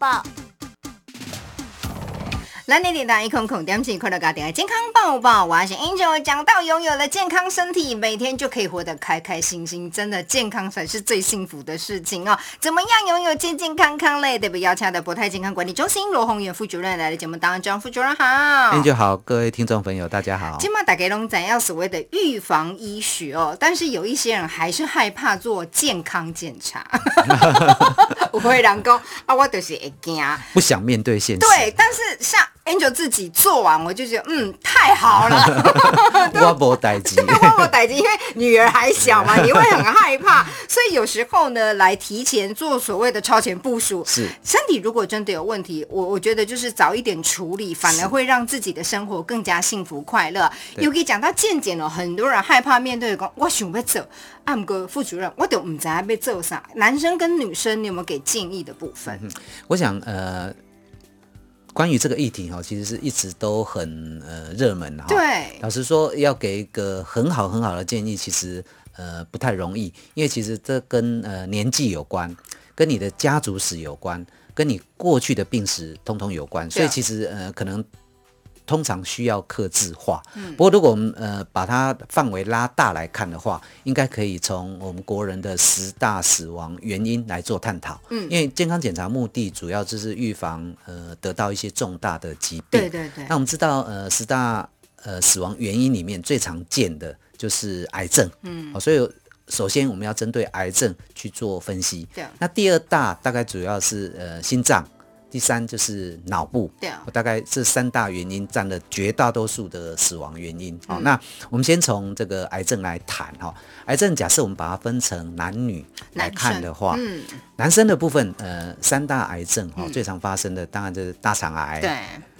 报。咱的电台一空空点起，快乐家庭的健康抱抱，我是 Angel。讲到拥有了健康身体，每天就可以活得开开心心，真的健康才是最幸福的事情哦。怎么样拥有健健康康嘞？特别邀请的国泰健康管理中心罗宏远副主任来的节目当中，副主任好。 Angel 哎好，各位听众朋友大家好。今嘛打给龙仔要所谓的预防医学哦，但是有一些人还是害怕做健康检查。 我会人讲啊，我就是会惊。不想面对现实，对，但是像 Angel 自己做完，我就觉得嗯，太好了。 我无代志这。个问我逮因为女儿还小 嘛，你会很害怕，所以有时候呢，来提前做所谓的超前部署。是身体如果真的有问题，我我觉得就是早一点处理，反而会让自己的生活更加幸福快乐。对尤其讲到健检哦，很多人害怕面对讲，我想要做，啊，不过副主任，我都唔知道要做啥。男生跟女生，你有没有给建议的部分？ 嗯我想呃，关于这个议题哈，其实是一直都很呃热门哈。对老实说，要给一个很好很好的建议，其实呃不太容易，因为其实这跟呃年纪有关，跟你的家族史有关，跟你过去的病史通通有关，所以对其实呃可能。通常需要克制化，不过如果我们呃把它范围拉大来看的话，应该可以从我们国人的十大死亡原因来做探讨。嗯，因为健康检查目的主要就是预防呃得到一些重大的疾病。对对对那，我们知道，呃，十大呃死亡原因里面最常见的就是癌症，嗯，哦，所以首先我们要针对癌症去做分析。对那第二大大概主要是呃心脏，第三就是脑部，对啊哦大概这三大原因占了绝大多数的死亡原因。嗯好、那我们先从这个癌症来谈哈、癌症假设我们把它分成男女来看的话，嗯，男生的部分，呃，三大癌症哈、哦最常发生的当然就是大肠癌，对，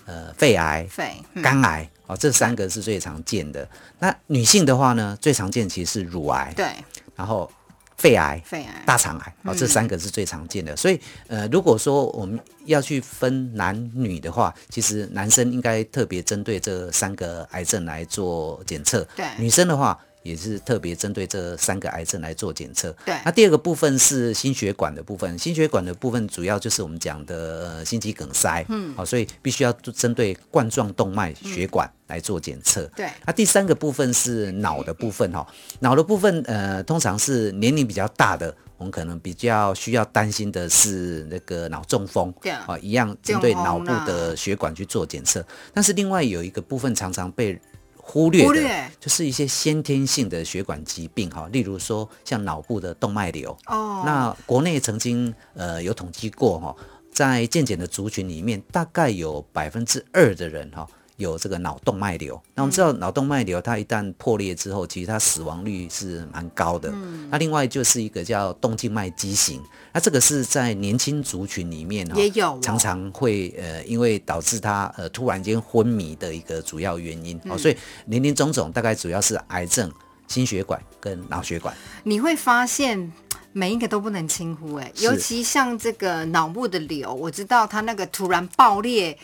呃，肺癌，肺，嗯肝癌哦，这三个是最常见的。那女性的话呢，最常见其实是乳癌，对，然后肺癌、肺癌，大肠癌哦，嗯这三个是最常见的。所以呃，如果说我们要去分男女的话，其实男生应该特别针对这三个癌症来做检测，对女生的话。也是特别针对这三个癌症来做检测。对那第二个部分是心血管的部分，心血管的部分主要就是我们讲的、呃、心肌梗塞，嗯，好、所以必须要针对冠状动脉血管来做检测。对那第三个部分是脑的部分哈、哦脑的部分呃，通常是年龄比较大的，我们可能比较需要担心的是那个脑中风，哦对啊一样针对脑部的血管去做检测。但是另外有一个部分常常被忽略的，忽略就是一些先天性的血管疾病哈、例如说像脑部的动脉瘤，哦，那国内曾经呃有统计过哈、在健检的族群里面，大概有百分之二的人哈、有这个脑动脉瘤。那我们知道脑动脉瘤它一旦破裂之后，其实它死亡率是蛮高的。那另外就是一个叫动静脉畸形，那这个是在年轻族群里面哈、也有哦常常会呃因为导致他呃突然间昏迷的一个主要原嗯因。哦，所以林林总总大概主要是癌症、心血管跟脑血管。你会发现每一个都不能轻忽、欸，哎，是尤其像这个脑部的瘤，我知道它那个突然爆裂，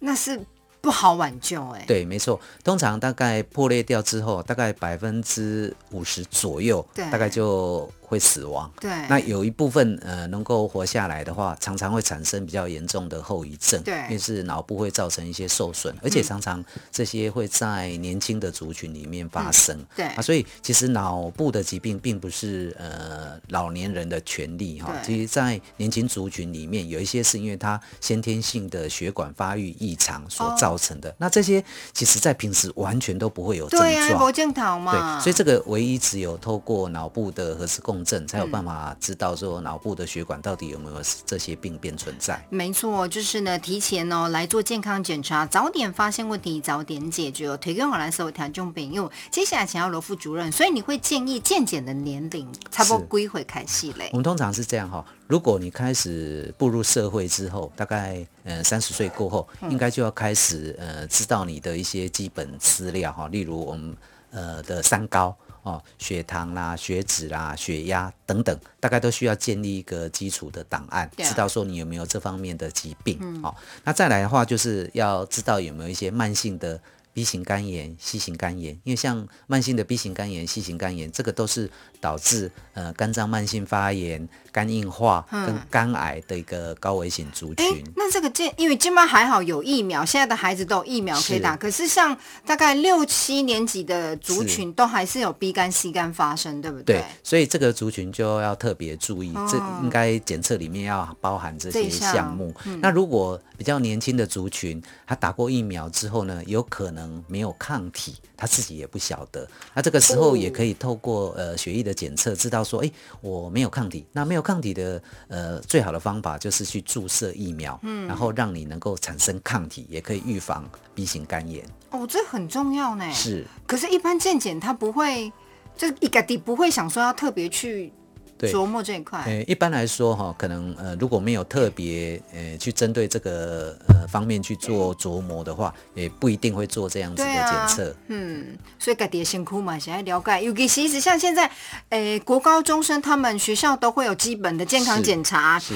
那是不好挽救、欸，哎，对，没错，通常大概破裂掉之后，大概百分之五十左右，对大概就会死亡。对那有一部分呃能够活下来的话，常常会产生比较严重的后遗症，对嗯因为是脑部会造成一些受损，而且常常这些会在年轻的族群里面嗯发生。对啊，所以其实脑部的疾病并不是呃老年人的权利哈，对其实在年轻族群里面有一些是因为他先天性的血管发育异常哦所造成的，那这些其实在平时完全都不会有症对呀、啊，状博。正桃嘛，对，所以这个唯一只有透过脑部的核磁共振，才有嗯办法知道说脑部的血管到底有没有这些病变存在。没错，就是呢，提前哦来做健康检查，早点发现问题，早点解决哦。推荐我来所有听众朋友，接下来请到罗副主任，所以你会建议健检的年龄差不多是归回开始嘞我？们通常是这样哈、如果你开始步入社会之后，大概呃三十岁过后，应该就要开始呃知道你的一些基本资料哈、例如我们呃的三高哦，血糖啦、血脂啦、血压等等，大概都需要建立一个基础的档案，对啊知道说你有没有这方面的疾病、哦。那再来的话，就是要知道有没有一些慢性的。 B 型肝炎、C 型肝炎，因为像慢性的 B 型肝炎、C 型肝炎，这个都是导致呃肝脏慢性发炎、肝硬化跟肝癌的一个高危险族哎群。，那这个健，因为健妈还好有疫苗，现在的孩子都有疫苗可以是打，可是像大概六七年级的族是群，都还是有 B 肝、C 肝发生，对不对，所以这个族群就要特别注意，这哦应该检测里面要包含这这一些项嗯项目。那如果比较年轻的族群，他打过疫苗之后呢，有可能没有抗体，他自己也不晓得。那这个时候也可以透过呃血液的检测，知道说，哎，我没有抗体。那没有抗体的呃最好的方法就是去注射疫苗，嗯然后让你能够产生抗体，也可以预防 B 型肝炎。哦，这很重要呢。是。可是，一般健检他不会，这一个底不会想说要特别去对琢磨这一块。呃，一般来说哈，可能呃如果没有特别呃去针对这个呃方面去做琢磨的话，也不一定会做这样子的对啊 检测。嗯，所以家己的辛苦嘛，想要了解，尤其其实像现在，诶、国高中生他们学校都会有基本的健康是检查，是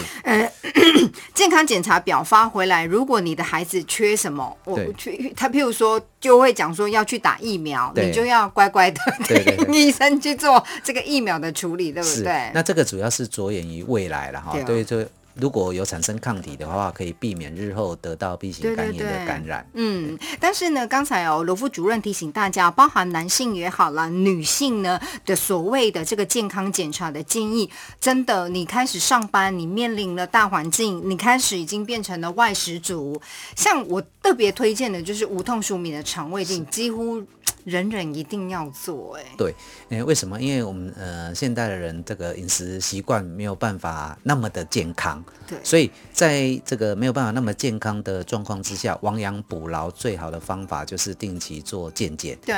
健康检查表发回来，如果你的孩子缺什么，我对去他譬如说就会讲说要去打疫苗，对你就要乖乖的对对对听 医生去做这个疫苗的处理，对不是对，？那这个主要是着眼于未来了哈对啊。对，就如果有产生抗体的话，可以避免日后得到 B 对型对肝炎对的感染。嗯，但是呢，刚才哦，罗副主任提醒大家，包含男性也好啦，女性呢的所谓的这个健康检查的建议，真的，你开始上班，你面临了大环境，你开始已经变成了外食族。像我特别推荐的就是无痛舒敏的肠胃镜，几乎人人一定要做、哎，对，诶，为什么？因为我们呃现代的人这个饮食习惯没有办法那么的健康，对所以在这个没有办法那么健康的状况之下，亡羊补牢最好的方法就是定期做健检。对。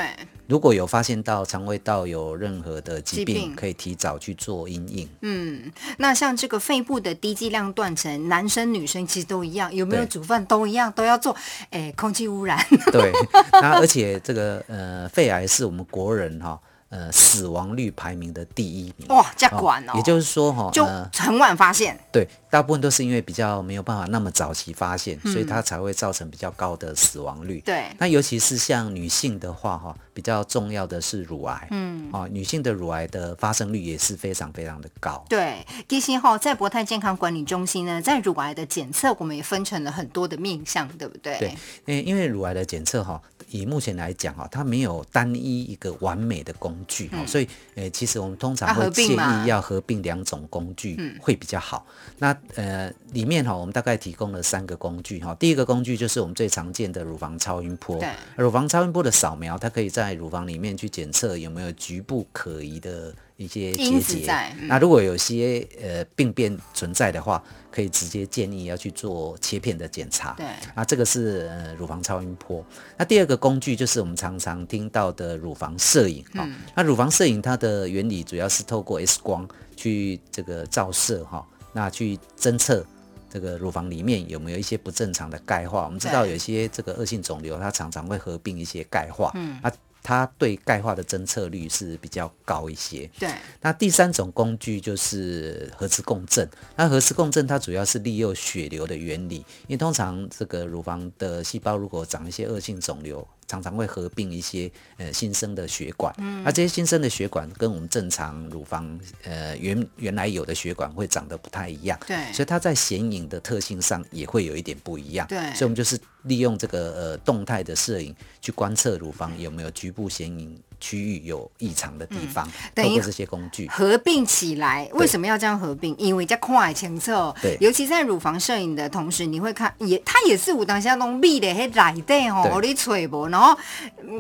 如果有发现到肠胃道有任何的疾病，疾病可以提早去做阴影。嗯，那像这个肺部的低剂量断层，男生女生其实都一样，有没有对煮饭都一样，都要做。哎，空气污染，对， 那而且这个呃肺癌是我们国人哈、呃死亡率排名的第一名。哇，这样管哦，也就是说哈、就呃很晚发现。对，大部分都是因为比较没有办法那么早期发现，所以它才会造成比较高的死亡率。嗯对，那尤其是像女性的话，哈，比较重要的是乳癌，嗯，啊、女性的乳癌的发生率也是非常非常的高。对，其实哈，在博泰健康管理中心呢，在乳癌的检测，我们也分成了很多的面向，对不对？对，诶，因为乳癌的检测哈，以目前来讲哈，它没有单一一个完美的工具哈，所以诶，其实我们通啊常嗯合会并建嘛嗯议要合并两种工具会比较好。那呃，里面哈，我们大概提供了三个工具哈。第一个工具就是我们最常见的乳房超音波对，乳房超音波的扫描，它可以在乳房里面去检测有没有局部可疑的。一些因结子节在嗯，那如果有些呃病变存在的话，可以直接建议要去做切片的检查。对啊，这个是呃乳房超音波。那第二个工具就是我们常常听到的乳房摄影哈、那乳房摄影它的原理主要是透过 X 光去这个照射哈、那去侦测。这个乳房里面有没有一些不正常的钙化？我们知道对有一些这个恶性肿瘤，它常常会合并一些钙化，嗯，啊，它对钙化的侦测率是比较高一些。对，那第三种工具就是核磁共振。那核磁共振它主要是利用血流的原理，因为通常这个乳房的细胞如果长一些恶性肿瘤，常常会合并一些呃新生的血管。嗯，那这些新生的血管跟我们正常乳房呃原原来有的血管会长得不太一样。对所以它在显影的特性上也会有一点不一样。对所以我们就是利用这个呃动态的摄影去观测乳房有没有局部显影区域有异常的地方，嗯等于哎透过这些工具。合并起来，为什么要这样合并？因为在快前测对，尤其在乳房摄影的同时，你会看也，它也是有当下弄密的，嘿来的吼，对你吹不，然后、嗯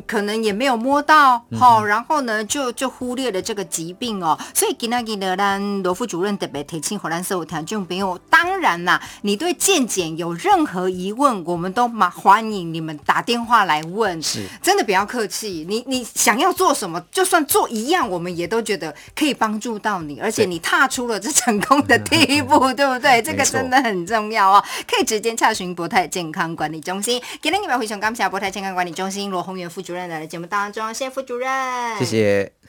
可能也没有摸到，嗯吼、然后呢就就忽略了这个疾病哦。所以今天呢，咱罗副主任特别提醒荷兰所有听众朋友，当然啦，你对健检有任何疑问，我们都蛮欢迎你们打电话来问，是真的不要客气，你你想要做什么，就算做一样，我们也都觉得可以帮助到你，而且对你踏出了这成功 的第一步，对不对？这个真的很重要哦，可以直接查询博泰健康管理中心。今天你们回熊感谢博泰健康管理中心罗宏源副主任来到节目当中，谢谢副主任，谢。谢。